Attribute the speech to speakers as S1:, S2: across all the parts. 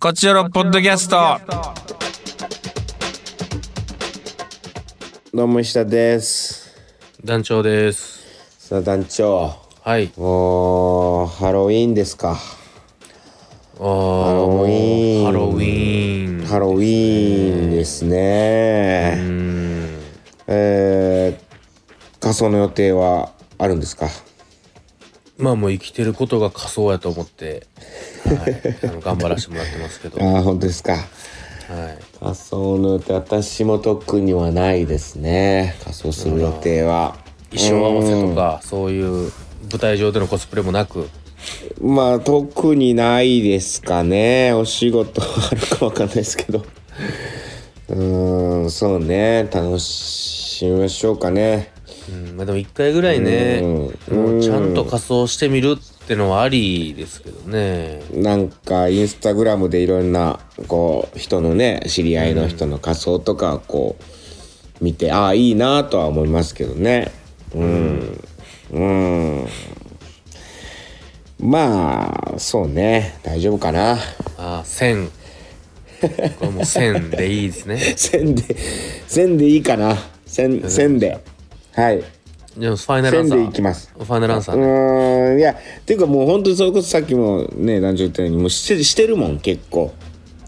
S1: こちらのポッドキャスト。
S2: どうも石田です。
S3: 団長です。
S2: さあ団長、
S3: はい。
S2: もうハロウィーンですか。
S3: あハ
S2: ロウィーン
S3: ハロウィーン。
S2: ハロウィーンですね。えー、仮装の予定はあるんですか。
S3: まあもう生きてることが仮想やと思って、はい、あの頑張らせてもらってます けど、はい。
S2: ああ本当ですか。仮装の予定私も特にはないですね。仮装する予定は。
S3: 衣装合わせとか、そういう舞台上でのコスプレもなく、
S2: まあ特にないですかねお仕事はあるかわかんないですけどうーんそうね楽しみましょうかね
S3: うん、まあでも一回ぐらいね、
S2: うん
S3: もうちゃんと仮装してみるってのはありですけどね。
S2: なんかインスタグラムでいろんなこう人のね知り合いの人の仮装とかこう見てああいいなとは思いますけどねうんうんまあそうね大丈夫かな
S3: ああ、 線。これもう線でいいですね。
S2: せんで、せんでいいかな。せん、せんで。はい。
S3: じゃあファイナルア
S2: せ
S3: ン
S2: ん
S3: サ
S2: で
S3: ー。
S2: いきます。
S3: ファイナルアンサー
S2: う
S3: ね。
S2: ーん、いや、っていうかもう本当にそれこそさっきもね、男女言ったように、もうしてしてるもん、結構。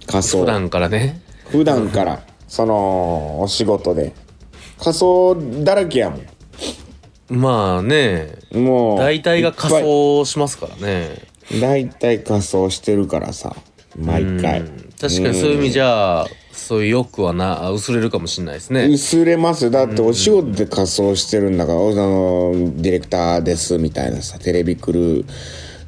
S2: 仮装。
S3: 普段からね。
S2: 普段から、その、お仕事で。仮装だらけやも
S3: まあね、
S2: ん。もう。
S3: 大体が仮
S2: いっ
S3: 装しますからね。
S2: ぱい。大体仮装してるからさ、毎回。
S3: 確かにそういう意味じゃあそういう欲はな薄れるかもしれないですね
S2: 薄れますよだってお仕事で仮装してるんだから、あのディレクターですみたいなさテレビクルー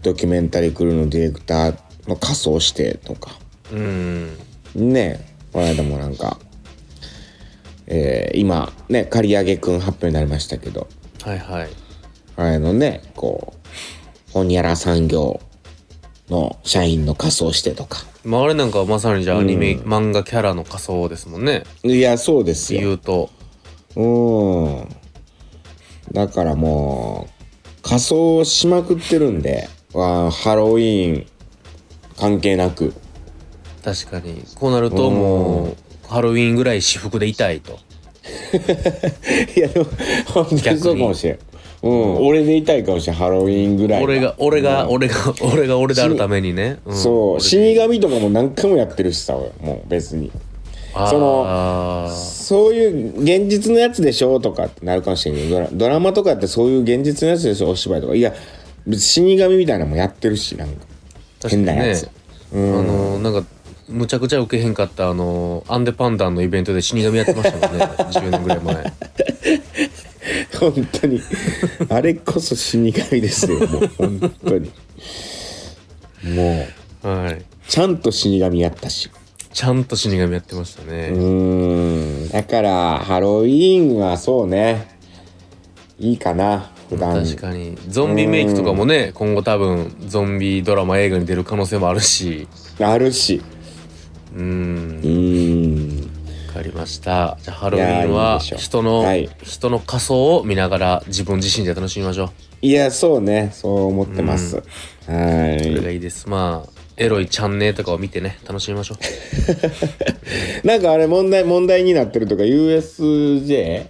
S2: ドキュメンタリークルーのディレクターの仮装してとか
S3: うん
S2: ねえこの間もなんか、えー今ね刈り上げくん発表になりましたけど
S3: はいはい
S2: あれのねこうほにゃら産業の社員の仮装してとか
S3: まああれなんかはまさにじゃあアニメ、漫画キャラの仮装ですもんね
S2: いやそうですよ
S3: 言うと
S2: うん。だからもう、仮装しまくってるんで、わーハロウィーン関係なく。
S3: 確かにこうなるともうハロウィンぐらい私服でいたいと
S2: いや、でも、本当に
S3: 逆に
S2: そうかもしれん。うん、俺でいたいかもしれん、ハロウィーンぐらいが。
S3: 俺が俺が俺が 俺が俺であるためにね、ん
S2: そう、死神とかも何回もやってるしさ、俺もう別に。
S3: あ
S2: その
S3: の
S2: そういう現実のやつでしょとかってなるかもしれんけど、ドラドラマとかってそういう現実のやつでしょお芝居とか。いや、別に死神みたいなのもやってるし、なんか。変なやつ。
S3: あのなんかむちゃくちゃ受けへんかったあのアンデパンダンのイベントで死神やってました もんね10年ぐらい前
S2: 本当にあれこそ死神ですよもう本当にもう
S3: はい
S2: ちゃんと死神やったし
S3: ちゃんと死神やってましたね、
S2: うーんだからハロウィーンはそうねいいかな普段
S3: 確かにゾンビメイクとかもね今後多分ゾンビドラマ映画に出る可能性もあるし
S2: あるし
S3: うーん
S2: うーん
S3: 分かりましたじゃあハロウィ
S2: いや
S3: ーン
S2: ーいい
S3: は
S2: でしょう
S3: 人の
S2: はい
S3: 人の仮装を見ながら自分自身で楽しみましょう
S2: いやそうねそう思ってますは
S3: それ
S2: ー
S3: がいいですまあエロいチャンネルとかを見てね楽しみましょ
S2: い
S3: う
S2: なんかあれ問題問題になってるとか USJ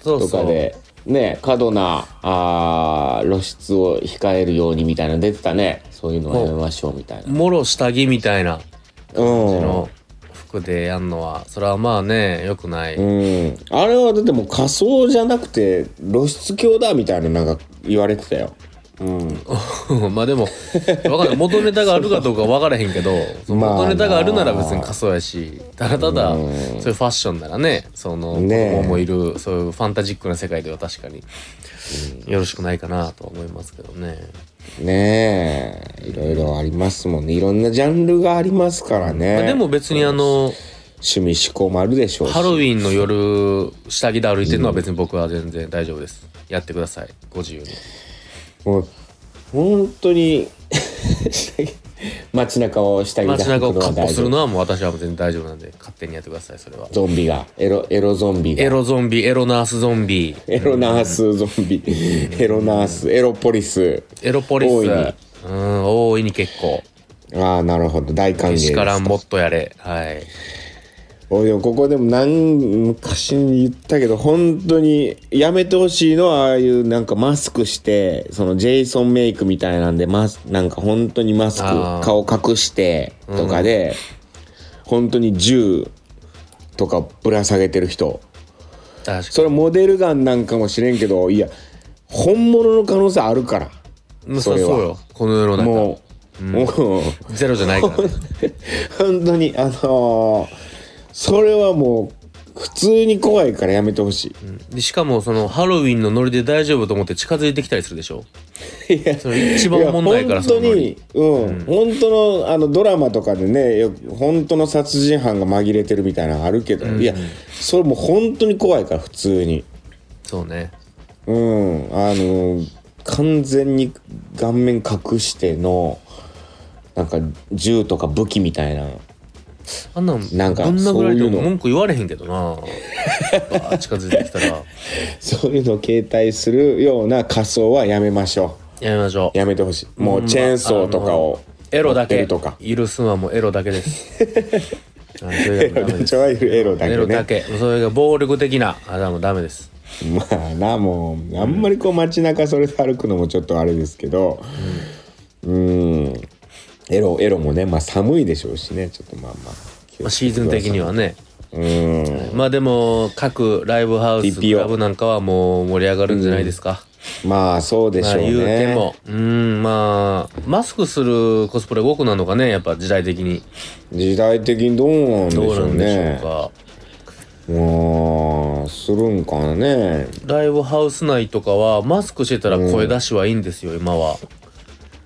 S3: そう
S2: と
S3: そ
S2: か
S3: う
S2: でね過度なあー露出を控えるようにみたいなの出てたねそういうのはやめましょうみたいな
S3: もろ下着みたいな
S2: うん、
S3: の服でやんのはそれはまあね良くない、
S2: うん、あれはだってもう仮装じゃなくて露出鏡だみたいななんか言われてたよ、うん、
S3: まあでも分か んない元ネタがあるかどうか分からへんけどその
S2: まあ
S3: 元ネタがあるなら別に仮装やしただただそういうファッションならねその子
S2: ねえ
S3: 供もいるそういうファンタジックな世界では確かによろしくないかなとは思いますけどね
S2: ねえいろいろありますもんねいろんなジャンルがありますからね、
S3: まあでも別にあの
S2: 趣味嗜好もあるでしょうし
S3: ハロウィンの夜下着で歩いてるのは別に僕は全然大丈夫ですやってくださいご自由に
S2: もう本当に 街中を下着で
S3: 街中をカッ
S2: 大
S3: ポす
S2: 丈
S3: る
S2: 夫
S3: のはもう私は全然大丈夫なんで勝手にやってくださいそれは
S2: ゾンビがエロエロゾンビが
S3: エロゾンビエロナースゾンビ
S2: エロナースゾンビ、エロナース、エロポリス、
S3: エロポリス
S2: 大いに
S3: うん大いに結構
S2: ああなるほど大歓迎
S3: け
S2: で
S3: し
S2: す
S3: からんもっとやれ。はい。
S2: おいでもここでも何昔に言ったけど本当にやめてほしいのはああいうなんかマスクしてそのジェイソンメイクみたいなんでマスなんか本当にマスク
S3: あー
S2: 顔隠してとかで、本当に銃とかぶら下げてる人
S3: 確か
S2: それはモデルガンなんかもしれんけどいや本物の可能性あるから
S3: に。
S2: そ
S3: そ
S2: れは
S3: そうよ。この世の中。
S2: もう、もう
S3: ゼロじゃないからね。
S2: 本当にあのーそれはもう普通に怖いからやめてほしい。
S3: でしかもそのハロウィンのノリで大丈夫と思って近づいてきたりするでしょ
S2: いや
S3: それ一番問題から
S2: いや
S3: その
S2: 本当
S3: ノリ
S2: に、うん、本当のあのドラマとかでね、よく本当の殺人犯が紛れてるみたいなのあるけど、いや、それもう本当に怖いから普通に、
S3: そうね
S2: うん、あの完全に顔面隠してのなんか銃とか武器みたいな、
S3: あんなん
S2: なんか
S3: ぶん殴られて
S2: そういうの
S3: も文句言われへんけどなバー近づいてきたら
S2: そういうのを携帯するような仮装はやめましょ
S3: やめましょ
S2: う。
S3: う
S2: やめてほしい。もうチェーンソーとかを
S3: エロだ
S2: 持って
S3: け
S2: るとか。
S3: 許すのはもうエロだけです あそれがもうダメです
S2: ちょいエロだ
S3: エ
S2: け
S3: ロだ
S2: ね。
S3: けそれが暴力的なあだもうダメです
S2: まあなもうあんまりこう街中それで歩くのもちょっとあれですけどうんエロエロもねまあ寒いでしょうしねちょっとまあまあ気
S3: ま
S2: を
S3: あ
S2: つ
S3: シーズン的にはね
S2: けて
S3: まあでも各ライブハウスク
S2: TPO
S3: ラブなんかはもう盛り上がるんじゃないですか、
S2: うんまあそうで
S3: ま
S2: し
S3: あ
S2: ょうね
S3: 言うても、うん、まあ、マスクするコスプレ多くなるのかね、やっぱ時代的に。
S2: 時代的にどうなんでし
S3: どうな
S2: ょうん
S3: で
S2: ね
S3: しょ
S2: まあするんかね
S3: うか。ライブハウス内とかは、マスクしてたら声出しはいいんですよ、今は。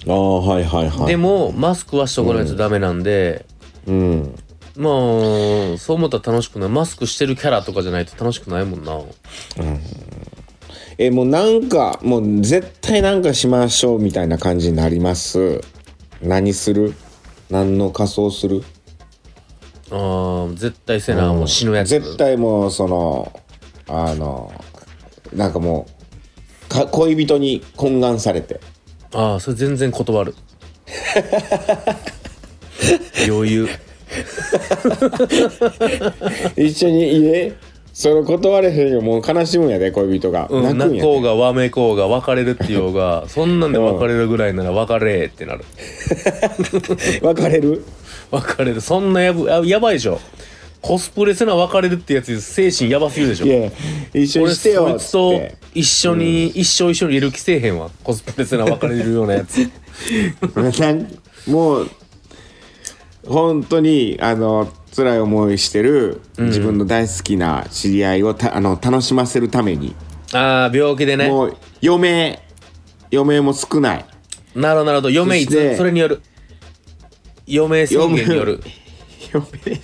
S2: ああはいはいはい
S3: でも、マスクはしとかないとダメなんで、
S2: うん
S3: まあ、そう思ったら楽しくない。マスクしてるキャラとかじゃないと楽しくないもんな。
S2: えもうなんかもう絶対なんかしましょうみたいな感じになります何する何の仮装する
S3: ああ、絶対せな、もう死ぬやつ。
S2: 絶対もうそのあのなんかもうか恋人に懇願され て
S3: ああ、それ全然 断る。余裕。
S2: 一緒に家それ断れへんよもう悲しむんやで恋人が、
S3: うん、
S2: 泣くん
S3: 泣
S2: や
S3: こう
S2: で
S3: がわめこうが別れるって言おう がそんなんで別れるぐらいなら別れってなる
S2: 別れる
S3: 別れるそんなやぶあやばいでしょコスプレせな別れるってやつ精神やばすぎるでしょ
S2: いや一緒に
S3: 俺
S2: してよっ
S3: そいつ
S2: つっ
S3: と
S2: て
S3: 一緒に、一生一緒にいる気せえへんわコスプレせな別れるような やつ
S2: なんもう本当にあの辛い思いしてる自分の大好きな知り合いをたあの楽しませるために
S3: ああ病気でね
S2: もう余命余命も少ない
S3: なるほどなるほど嫁い
S2: そし
S3: つ
S2: て
S3: それによる嫁宣言による
S2: 余命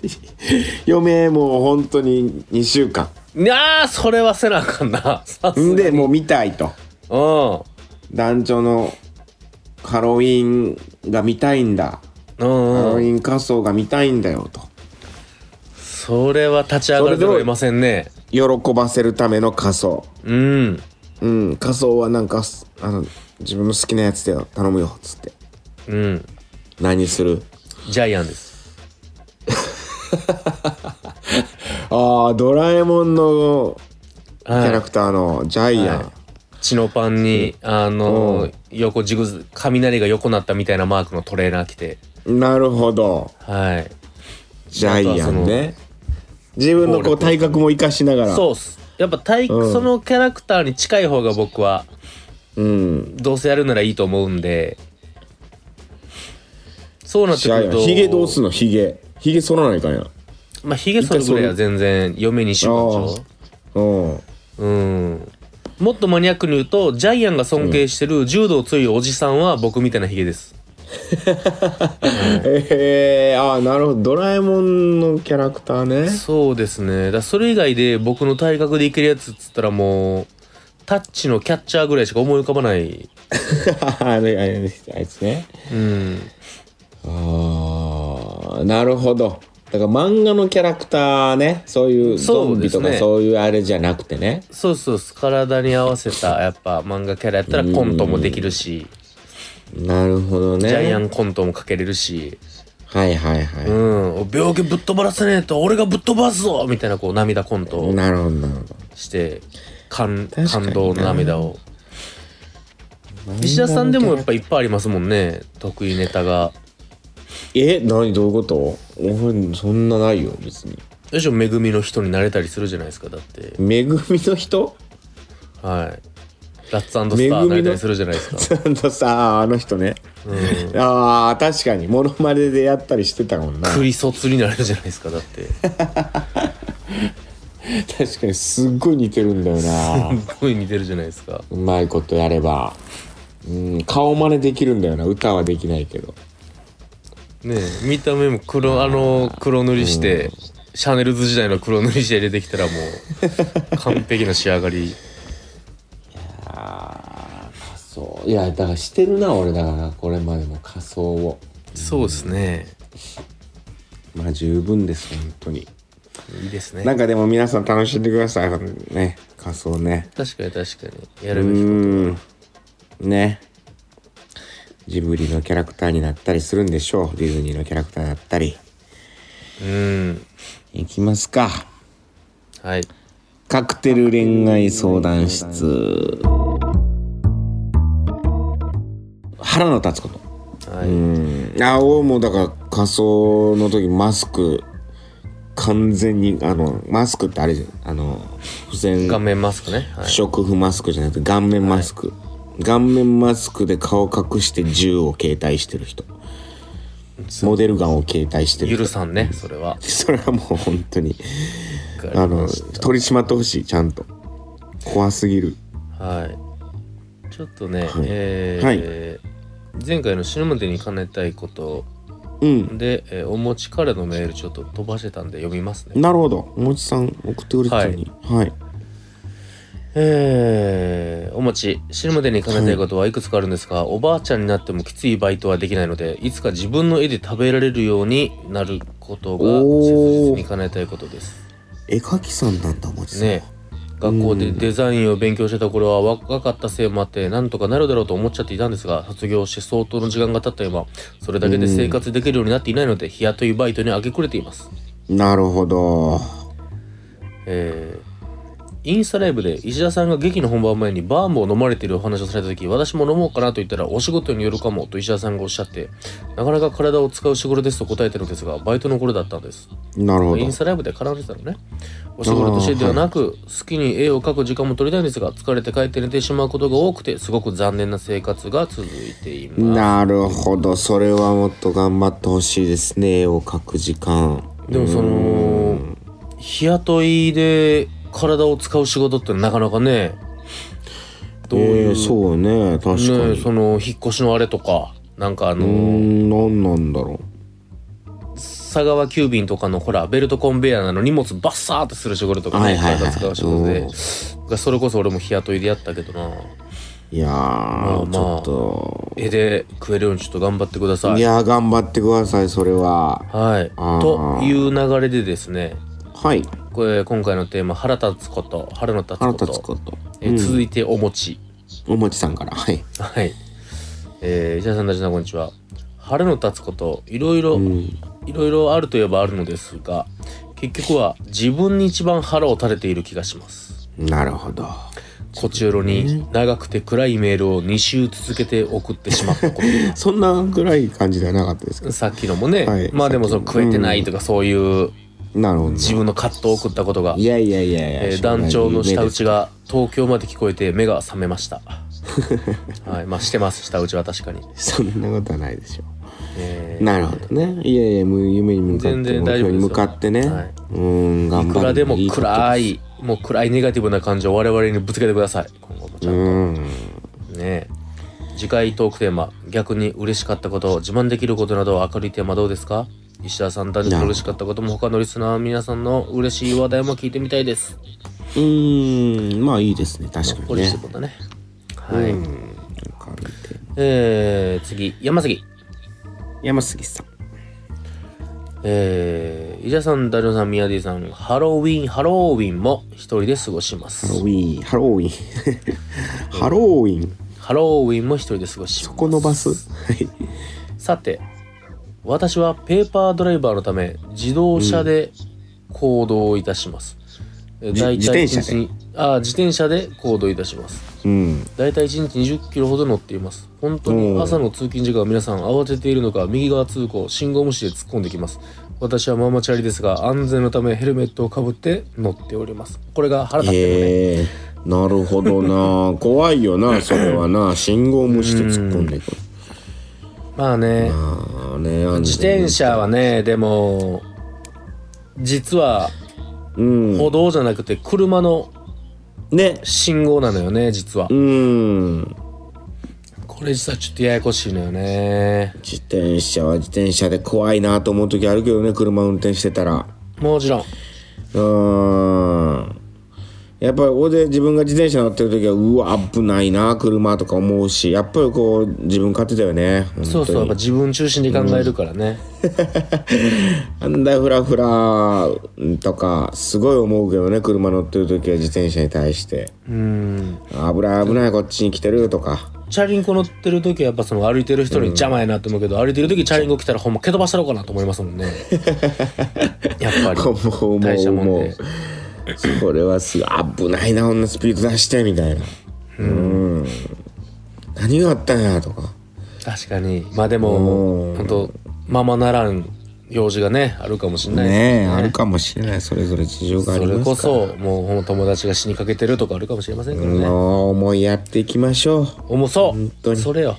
S2: 余命もう本当に2週間
S3: ああそれはせなあかんなさす
S2: ん
S3: が
S2: で
S3: に
S2: もう見たいと
S3: うん
S2: 団長のハロウィンが見たいんだ
S3: う
S2: ハ
S3: んうん
S2: ロウィン仮装が見たいんだよと
S3: それは立ち上がらざるを得ませんね
S2: 喜ばせるための仮装
S3: うん
S2: うん、仮装はなんかすあの自分の好きなやつだよ頼むよっつって
S3: うん
S2: 何する
S3: ジャイアンです
S2: ああドラえもんのキャ
S3: は
S2: ラ
S3: い
S2: クターのジャイアン、
S3: チノパンにあ
S2: う
S3: の
S2: ん
S3: 横ジグズ雷が横なったみたいなマークのトレーナー着て
S2: なるほど
S3: はい
S2: ジャイアンね自分のこう
S3: 暴力
S2: 体格も生かしながら
S3: そうっすやっぱ体育、
S2: うん
S3: そのキャラクターに近い方が僕は
S2: う、うん、
S3: どうせやるならいいと思うんでそうなって
S2: ジ
S3: く
S2: ャイ
S3: る
S2: ア
S3: と
S2: ンヒゲどうすんのヒゲヒゲ剃らないかんや
S3: まあひげ剃るぐらいは全然嫁にしようでし
S2: うん
S3: ょうんもっとマニアックに言うとジャイアンが尊敬してる柔道強いおじさんは僕みたいなひげです
S2: えー、ああなるほどドラえもんのキャラクターね
S3: そうですねだからそれ以外で僕の体格でいけるやつっつったらもうタッチのキャッチャーぐらいしか思い浮かばない
S2: あれあれあいつね
S3: うん
S2: ああなるほどだから漫画のキャラクターねそういうゾンビと
S3: そうです
S2: か
S3: ね
S2: そういうあれじゃなくてね
S3: そうそう体に合わせたやっぱ漫画キャラやったらコントもできるし
S2: なるほどね。
S3: ジャイアンコントもかけれるし、
S2: はいはいは
S3: う
S2: い。
S3: ん、病気ぶっ飛ばせねえと俺がぶっ飛ばすぞみたいなこう涙コントを
S2: なるほどなるほど。
S3: して、感
S2: 確かに
S3: 感動の涙を。石田さんでもやっぱいっぱいありますもんね、得意ネタが。
S2: え何どういうこと俺そんなないよ別に。
S3: よいしょ、恵みの人になれたりするじゃないですか、だって。
S2: 恵みの人
S3: はい。ラッツスターになれたりするじゃない ですか。
S2: ちゃんとさあの人ね。
S3: うん。
S2: ああ確かにモノマネでやったりしてたもんな。
S3: 栗卒になれるじゃないですか、だって。す
S2: 確かにすっごい似てるんだよな。
S3: っごい似てるじゃないですか。
S2: うまいことやれば。うん顔真似できるんだよな歌はできないけど。
S3: ねえ見た目も黒、あの、黒塗りして、シャネルズ時代の黒塗りして出てきたらも う、完璧な仕上がり。
S2: ああそういやだからしてるな俺だからこれまでの仮装を。
S3: そうですね。
S2: まあ十分です本当に。
S3: いいですね。
S2: なんかでも皆さん楽しんでください。あのね、仮装ね。
S3: 確かに確かに。や
S2: う
S3: るべき。
S2: ーん。ね。ジブリのキャラクターになったりするんでしょう。ディズニーのキャラクターになったり。
S3: うん。
S2: いきますか。
S3: はい。
S2: カクテル恋愛相談室。腹の立つこと。
S3: はい。
S2: うん。あ、おもうだから仮装の時マスク、完全に、あの、マスクってあれじゃん。あの、付箋。
S3: 顔面マスクね。は
S2: 不
S3: い。
S2: 織布マスクじゃなくて顔面マスク、顔面マスクで顔隠して銃を携帯してる人モデルガンを携帯してる
S3: ゆ
S2: 人
S3: るさんね、それは。
S2: それはもう本当にあの取り締まってほしいちゃんと怖すぎる
S3: はい。ちょっとね、
S2: はい
S3: えー前回の死ぬまでに兼ねたいこと
S2: うん
S3: で、えーお持ちからのメールちょっと飛ばしてたんで読みますね。
S2: なるほどおもちさん送ってくれてたのにはい、
S3: えーお持ち、死ぬまでに兼ねたいことはいくつかあるんですが、おばあちゃんになってもきついバイトはできないので、いつか自分の絵で食べられるようになることが切実に兼ねたいことです。
S2: 絵描きさんなんだおもちさん、
S3: ね学校でデザインを勉強してた頃は若かったせいもあってなんとかなるだろうと思っちゃっていたんですが卒業して相当の時間が経った今それだけで生活できるようになっていないので日雇いバイトに明け暮れています、
S2: なるほど
S3: えーインスタライブで石田さんが劇の本番前にバームを飲まれているお話をされた時私も飲もうかなと言ったらお仕事によるかもと石田さんがおっしゃってなかなか体を使う仕事ですと答えてるのですがバイトの頃だったんです
S2: なるほ
S3: イン
S2: ど
S3: スタライブで絡んでたのねお仕事としてではなく好きに絵を描く時間も取りたいんですが疲れて帰って寝てしまうことが多くてすごく残念な生活が続いています
S2: なるほどそれはもっと頑張ってほしいですね絵を描く時間
S3: でもその日雇いで体を使う仕事ってなかなかねどういう、
S2: えーそうね確かに、
S3: ねその引っ越しのあれとかなんかあ
S2: うー
S3: の
S2: ん何なんだろ
S3: 佐川急便とかのほらベルトコンベヤーの荷物バッサーってする仕事とか
S2: は
S3: ね
S2: いはいはい
S3: 体使う仕事で
S2: うん
S3: がそれこそ俺も日雇いでやったけどな
S2: ういやー、
S3: あ
S2: ちょっと、
S3: 絵で食えるようにちょっと頑張ってくださ
S2: い
S3: い。
S2: やー頑張ってくださいそれは
S3: はい。
S2: あー
S3: という流れでですね、
S2: はい
S3: これ今回のテーマ腹立つこと、腹の立つ
S2: 腹
S3: こ
S2: 立
S3: と、
S2: つこと
S3: えー続いてお餅。
S2: おもちさんからはい
S3: はい。えー、石田さんたちのこんにちは。腹の立つこと、いろいろ、いろいろあるといえばあるのですが、結局は自分に一番腹を垂れている気がします。
S2: なるほど
S3: こちよろに長くて暗いメールを2週続けて送ってしまったこと。
S2: そんなぐらい感じではなかったですけ
S3: さっきのもね、
S2: はい
S3: まあでもその食えてないとかそういう
S2: どなるほど
S3: 自分の葛藤を送ったことが
S2: い、やいやいやいや、
S3: え
S2: し
S3: ー
S2: ょうがな
S3: 団
S2: い
S3: 長の舌打
S2: 夢です
S3: ちが東京まで聞こえて目が覚めました はいまあしてます舌打ちは確かに、
S2: そんなことはないでしょ
S3: え
S2: うなるほどねいやいやもう夢に向かって
S3: 全然
S2: 目
S3: 大丈夫
S2: 標
S3: ですよ
S2: に向かってね、
S3: はいう
S2: ーん頑
S3: ー
S2: 張
S3: い
S2: る
S3: くらでも
S2: いいこと
S3: 暗いもう暗いネガティブな感情を我々にぶつけてください今後もちゃん
S2: う
S3: と
S2: ん
S3: ねえ次回トークテーマ逆に嬉しかったこと自慢できることなど明るいテーマどうですか石田さん男女の嬉しかったことも他のリスナー皆さんの嬉しい話題も聞いてみたいです
S2: うーんまあいいですね確か
S3: ポ
S2: に
S3: ジ
S2: ね
S3: ティブだねはい、
S2: なんか見て
S3: えー、次山崎
S2: 山杉さん
S3: えー、伊田さん、ダルオさん、ミヤディさん、ハロウィン、ハロウィンも一人で過ごしま
S2: ハロ
S3: す。
S2: ウィーンハロウィーンハロウィーン
S3: ハローウィンも一人で過ごし
S2: そこ伸ばすはい
S3: さて私はペーパードライバーのため自動車で行動いたします、え
S2: じ
S3: 大体一
S2: 自転車で
S3: 日あ自転車で行動いたします
S2: うん
S3: 大体1日2 0キロほど乗っています本当に朝の通勤時間は皆さん慌てているのか右側通行信号無視で突っ込んできます私はママチャリですが安全のためヘルメットをかぶって乗っておりますこれが腹立ってるね、
S2: ええなるほど な怖いよなそれはな信号無視で突っ込んでいく
S3: まあね
S2: ああね安全
S3: 自転車はねでも実は
S2: うん
S3: 歩道じゃなくて車の
S2: ね
S3: 信号なのよね実は
S2: うん
S3: これ実はちょっとややこしいのよね
S2: 自転車は自転車で怖いなと思う時あるけどね車運転してたら
S3: もちろん
S2: うーんやっぱりここで自分が自転車乗ってる時はうわ危ないな車とか思うしやっぱりこう自分勝手だよね本当に
S3: そうそうやっぱ自分中心で考えるからね、
S2: あんだフラフラとかすごい思うけどね車乗ってる時は自転車に対して
S3: うん
S2: 危ない危ないこっちに来てるとか
S3: チャリンコ乗ってる時はやっぱその歩いてる人に邪魔やなって思うけど、歩いてる時チャリンコ来たらほんま蹴飛ばしたろうかなと思いますも んねやっぱり
S2: 思う思
S3: 大した
S2: う
S3: もん
S2: 思
S3: で
S2: うこれはすごい危ないなこんなスピード出してみたいなうん何があったんやとか
S3: 確かにまあでも本当ままならん用事がねあるかもしれないです
S2: ねえあるかもしれないそれぞれ事情があ
S3: そ
S2: り
S3: れ
S2: ま
S3: こ
S2: すから
S3: そもうほんま友達が死にかけてるとかあるかもしれませんけどね、
S2: もう思いやっていきましょう
S3: 重そ
S2: 当
S3: う
S2: に
S3: それよ、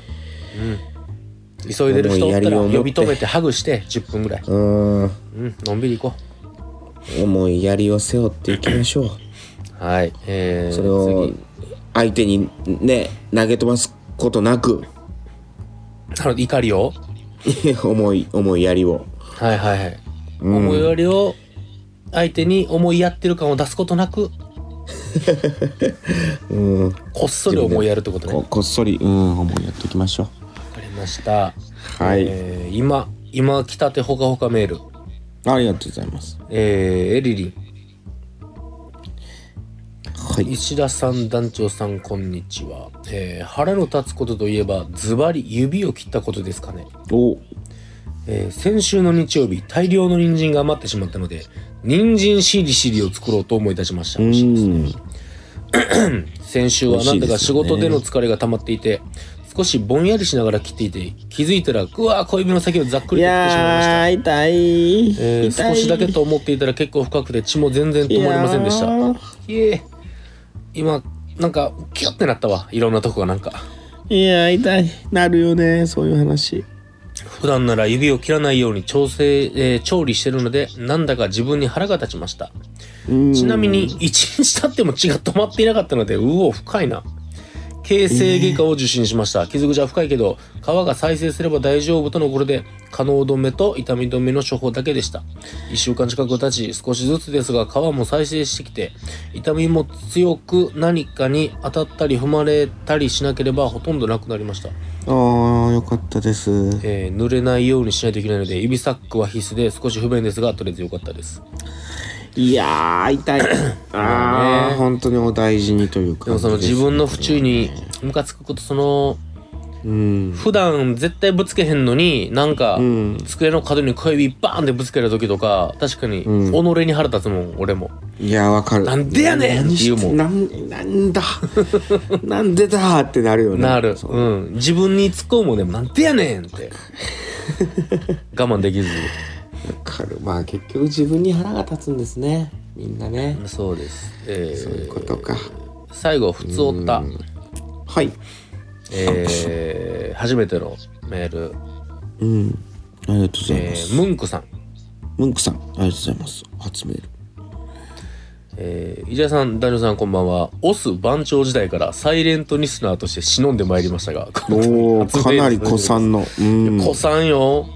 S3: うん、急いでる人お
S2: 思い
S3: った
S2: やり
S3: ら
S2: を持って
S3: 呼び止めてハグして10分ぐらい、
S2: うん
S3: うん、のんびり行こ
S2: 思いやりを背負っていきましょう
S3: うはいえー、
S2: それを
S3: 次
S2: 相手にね投げ飛ばすことなく
S3: あの怒りを
S2: 思い思いやりを
S3: はいはいはい、思いやりを相手に思いやってる感を出すこと なくこっそり思いやるってことね
S2: ここっそりうん思いやっていきましょう
S3: わかりました、
S2: はい、
S3: えー今今来たてほかほかメール
S2: ありがとうございます
S3: えー、エリリン
S2: はい
S3: 石田さん団長さんこんにちは、えー腹の立つことといえばズバリ指を切ったことですかね、
S2: お
S3: えー先週の日曜日大量の人参が余ってしまったので人参しりしりを作ろうと思い出しました、
S2: うん
S3: 先週はなんだか仕事での疲れが溜まっていて少しぼんやりしながら切っていて気づいたらうわー小指の先をざっく
S2: い
S3: りと切ってしまいました
S2: やー痛い、
S3: えー
S2: 痛い
S3: 少しだけと思っていたら結構深くて血も全然止まりませんでした
S2: いやー
S3: いえ今なんかキュッてなったわいろんなとこがなんか
S2: いやー痛いなるよねそういう話
S3: 普段なら指を切らないように調整、えー調理してるのでなんだか自分に腹が立ちました
S2: うん
S3: ちなみに1日経っても血が止まっていなかったのでうお深いな形成外科を受診しました、傷口は深いけど皮が再生すれば大丈夫とのことで可能止めと痛み止めの処方だけでした1週間近く経ち少しずつですが皮も再生してきて痛みも強く何かに当たったり踏まれたりしなければほとんどなくなりました
S2: ああよかったです
S3: えー濡れないようにしないといけないので指サックは必須で少し不便ですがとりあえず良かったです
S2: いやー 痛いああ、本当にお大事にというか
S3: でもその自分の不注意にムカつくことその
S2: うん
S3: 普段絶対ぶつけへんのになんか
S2: ん
S3: 机の角に小指バーンってぶつけた時とか確かに己に腹立つもん俺も
S2: いやわかる
S3: なんでやねん
S2: 何して
S3: って言うもん
S2: なんなん だなんでだーってなるよね
S3: なる
S2: そう
S3: うん自分に突っ込むもんでもなんでやねんって 我慢できず
S2: わかるまあ結局自分に腹が立つんですねみんなね
S3: そうです
S2: そうい
S3: え
S2: う
S3: ー
S2: ことか
S3: 最後普通おった
S2: はい
S3: えー初めてのメール
S2: うんありがとうござい
S3: え
S2: ます、
S3: ームンクさん
S2: ムンクさんありがとうございます初メール
S3: えー、伊沢さん、男女さんこんばんは。オス番長時代からサイレントリスナーとして忍んでまいりましたが、
S2: おー
S3: 初メール
S2: かなり古参のうん
S3: 子さんよ。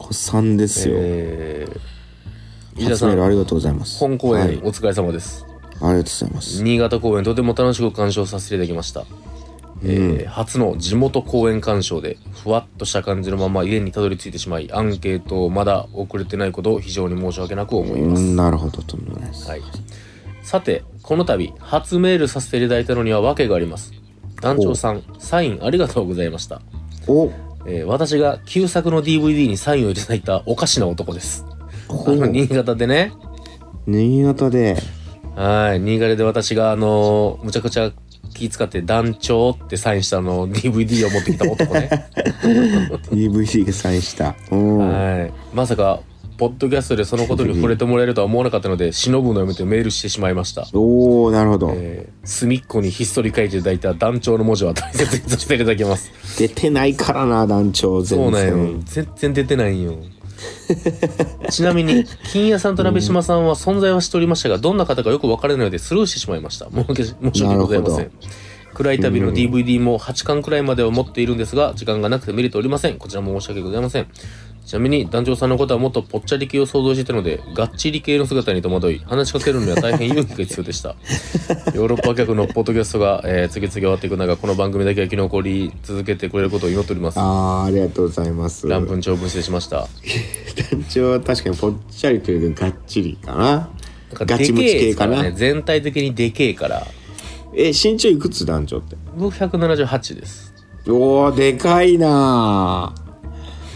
S2: 古参ですよ、
S3: えー、伊沢
S2: 初
S3: さ
S2: メー
S3: ん、
S2: ルあ
S3: 本
S2: りがとうございます
S3: 公
S2: はい、あ
S3: 演
S2: り
S3: お疲れ様です。
S2: がとうございます
S3: 新潟公演とても楽しく鑑賞させていただきました、えー初の地元公演鑑賞でふわっとした感じのまま家にたどり着いてしまいアンケートをまだ送れてないことを非常に申し訳なく思います、
S2: うんなるほどとんでもないです
S3: はい、さてこの度初メールさせていただいたのには訳があります団長さんサインありがとうございました、
S2: お
S3: えー私が旧作の DVD にサインをいただいたおかしな男ですあ
S2: ほ
S3: の
S2: う
S3: 新潟でね
S2: 新潟で
S3: はい新潟で私があのーむちゃくちゃ気使って団長ってサインしたあの DVD を持ってきた男ね
S2: DVD がサインしたうん
S3: はいまさかポッドキャストでそのことに触れてもらえるとは思わなかったので忍ぶのやめてメールしてしまいました
S2: おおなるほど
S3: えー隅っこにひっそり書いていただいた団長の文字は大切にさせていただきます。
S2: 出てないからな団長
S3: そ
S2: 全
S3: うなん
S2: 然
S3: よ。全然出てないんよ。 ちなみに、金谷さんと鍋島さんは存在はしておりましたが、どんな方かよく分からないのでスルーしてしまいました。申し申し訳ございませ
S2: なる
S3: ん。暗い旅の DVD も8巻くらいまでは持っているんですが、時間がなくて見れておりません。こちらも申し訳ございません。ちなみに団長さんのことはもっとぽっちゃり系を想像していたので、がっちり系の姿に戸惑い、話しかけるには大変勇気が必要 でした。ヨーロッパ客のポッドキャストが、えー次々終わっていく中、この番組だけは生き残り続けてくれることを祈っております。
S2: あーありがとうございます
S3: 乱
S2: 団
S3: 文長文失礼しました。
S2: 長は確かにぽっちゃりというかがっちりかな
S3: なん
S2: ガ
S3: で
S2: チ
S3: け
S2: ムチ
S3: えで
S2: 系
S3: すか
S2: からな
S3: ね、全体的にでけえから。
S2: え身長いくつ団長って
S3: 僕178です。
S2: おおでかいなー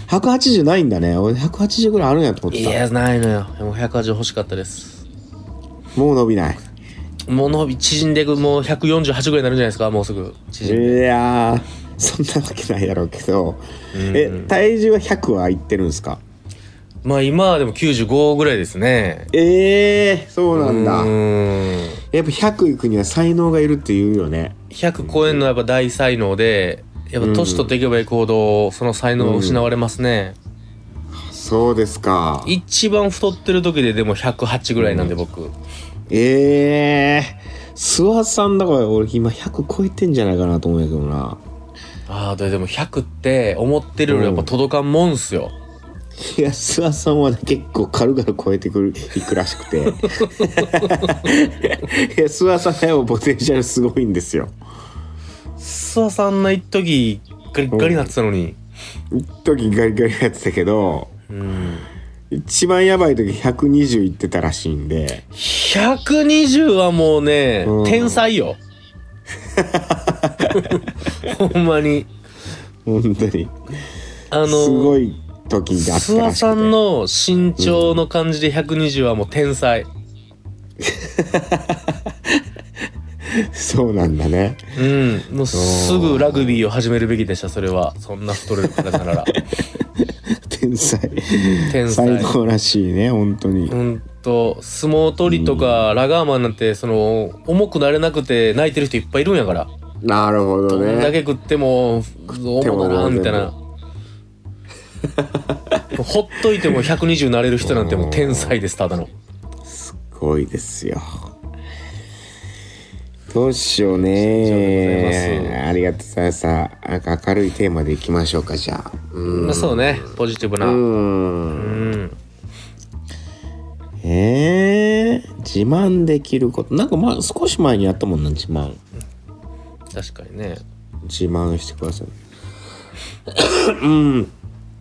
S2: 180ないんだね俺180ぐらいあるんやと思っ
S3: い
S2: てた
S3: や、ないのよ。もう180欲しかったです。
S2: もう伸びない
S3: もう伸び縮んでいく、もう148ぐらいになるんじゃないですか、もうすぐ。
S2: い
S3: 縮んで。
S2: やーそんなわけないやろうけどえ体重は100はいってるんですか
S3: まあ今はでも95ぐらいですね。
S2: ええー、そうな
S3: うん
S2: だ
S3: ーん。
S2: やっぱ100いくには才能がいるって言うよね
S3: 100超えんのはやっぱ大才能で、やっぱ年取っていけばいい行動、その才能は失われますね。
S2: そうですか
S3: 一番太ってる時ででも108ぐらいなんで僕。
S2: ええー、諏訪さんだから俺今100超えてんじゃないかなと思うんやけどな
S3: ああ、ででも100って思ってるよりやっぱ届かんもんすよ。
S2: いや諏訪さんはね結構軽々超えてくるいくらしくていや諏訪さんがやっぱポテンシャルすごいんですよ
S3: 諏訪さんの一時ガリッガリなってたのに。
S2: 一時ガリガリやってたけど
S3: うん。
S2: 一番やばい時120いってたらしいんで
S3: 120はもうね、
S2: うん
S3: 天才 よ。ほんまに。
S2: 本当に
S3: あの、
S2: すごい時があった
S3: 諏訪
S2: らしくて
S3: さんの身長の感じで120はもう天才。
S2: そうなんだね
S3: うん。もうすぐラグビーを始めるべきでした、それは。そんな太れる方なら。
S2: 天才
S3: 天才
S2: 最。高らしいね本当に、
S3: うんと、相撲取りとか、ラガーマンなんて、その、重くなれなくて泣いてる人いっぱいいるんやから。
S2: なるほど
S3: どんだけ
S2: ね
S3: 食っても、どうもならんみたいな。ほっといても120なれる人なんてもう天才です、ただの。
S2: すごいですよどうしよう
S3: 以上でござい
S2: ね
S3: ま
S2: ありがとうございますさあなんか明るいテーマでいきましょうかじゃあうん
S3: まあそうね、ポジティブな。
S2: う
S3: うんん。
S2: えー、自慢できることなんか、ま、少し前にやったもんな自慢
S3: 確かにね。
S2: 自慢してくださいうん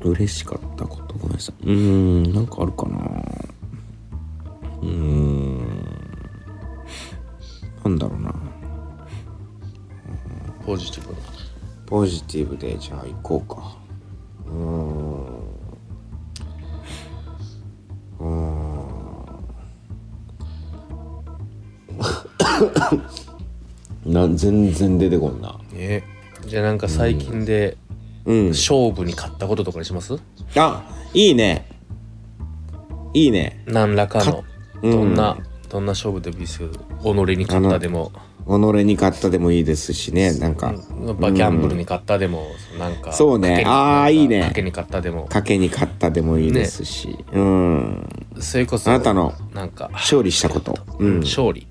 S2: 嬉しかったことごめんなさいうんなんかあるかなうんなんだろうな
S3: ポジティブな。
S2: ポジティブでじゃあ行こうかうーん うーんな全然出てこんな
S3: えじゃあなんか最近で
S2: うん
S3: 勝負に勝ったこととかにします
S2: あいいねいいね
S3: 何らかの。
S2: うん
S3: どんな、どんな勝負でもいいですけど、己に勝ったでも、
S2: 己に勝ったでもいいですしねなんか、
S3: やっぱギャンブルに勝ったでも、なんか、
S2: そうね
S3: 賭けに
S2: あーいいね
S3: 賭けに勝ったでも、
S2: 賭けに勝ったでもいいですし、うん
S3: それこそ、
S2: あなたの
S3: なんか、
S2: 勝利したこと、うん、
S3: 勝利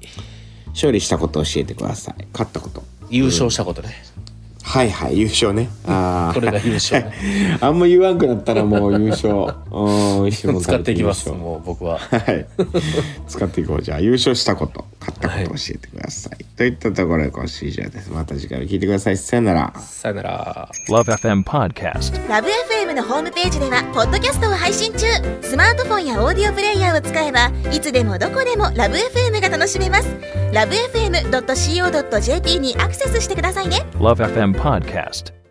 S2: 勝利したこと教えてください勝ったこと
S3: 優勝したことね、
S2: はいはい優勝ねあー
S3: これが優勝
S2: あんま言わんくなったらもう優 勝うん石本
S3: 使
S2: さん
S3: っていきます
S2: 優勝
S3: もう僕は
S2: はい使っていこうじゃあ優勝したこと勝ったこと教えてください、といったところで今週以上ですまた次回も聞いてくださいさよなら
S3: さよなら
S1: Love FM Podcast.
S4: ラブ f m のホームページではポッドキャストを配信中スマートフォンやオーディオプレイヤーを使えばいつでもどこでもラブ f m が楽しめますラブ FM.co.jp にアクセスしてくださいね
S1: Love FM Podcast.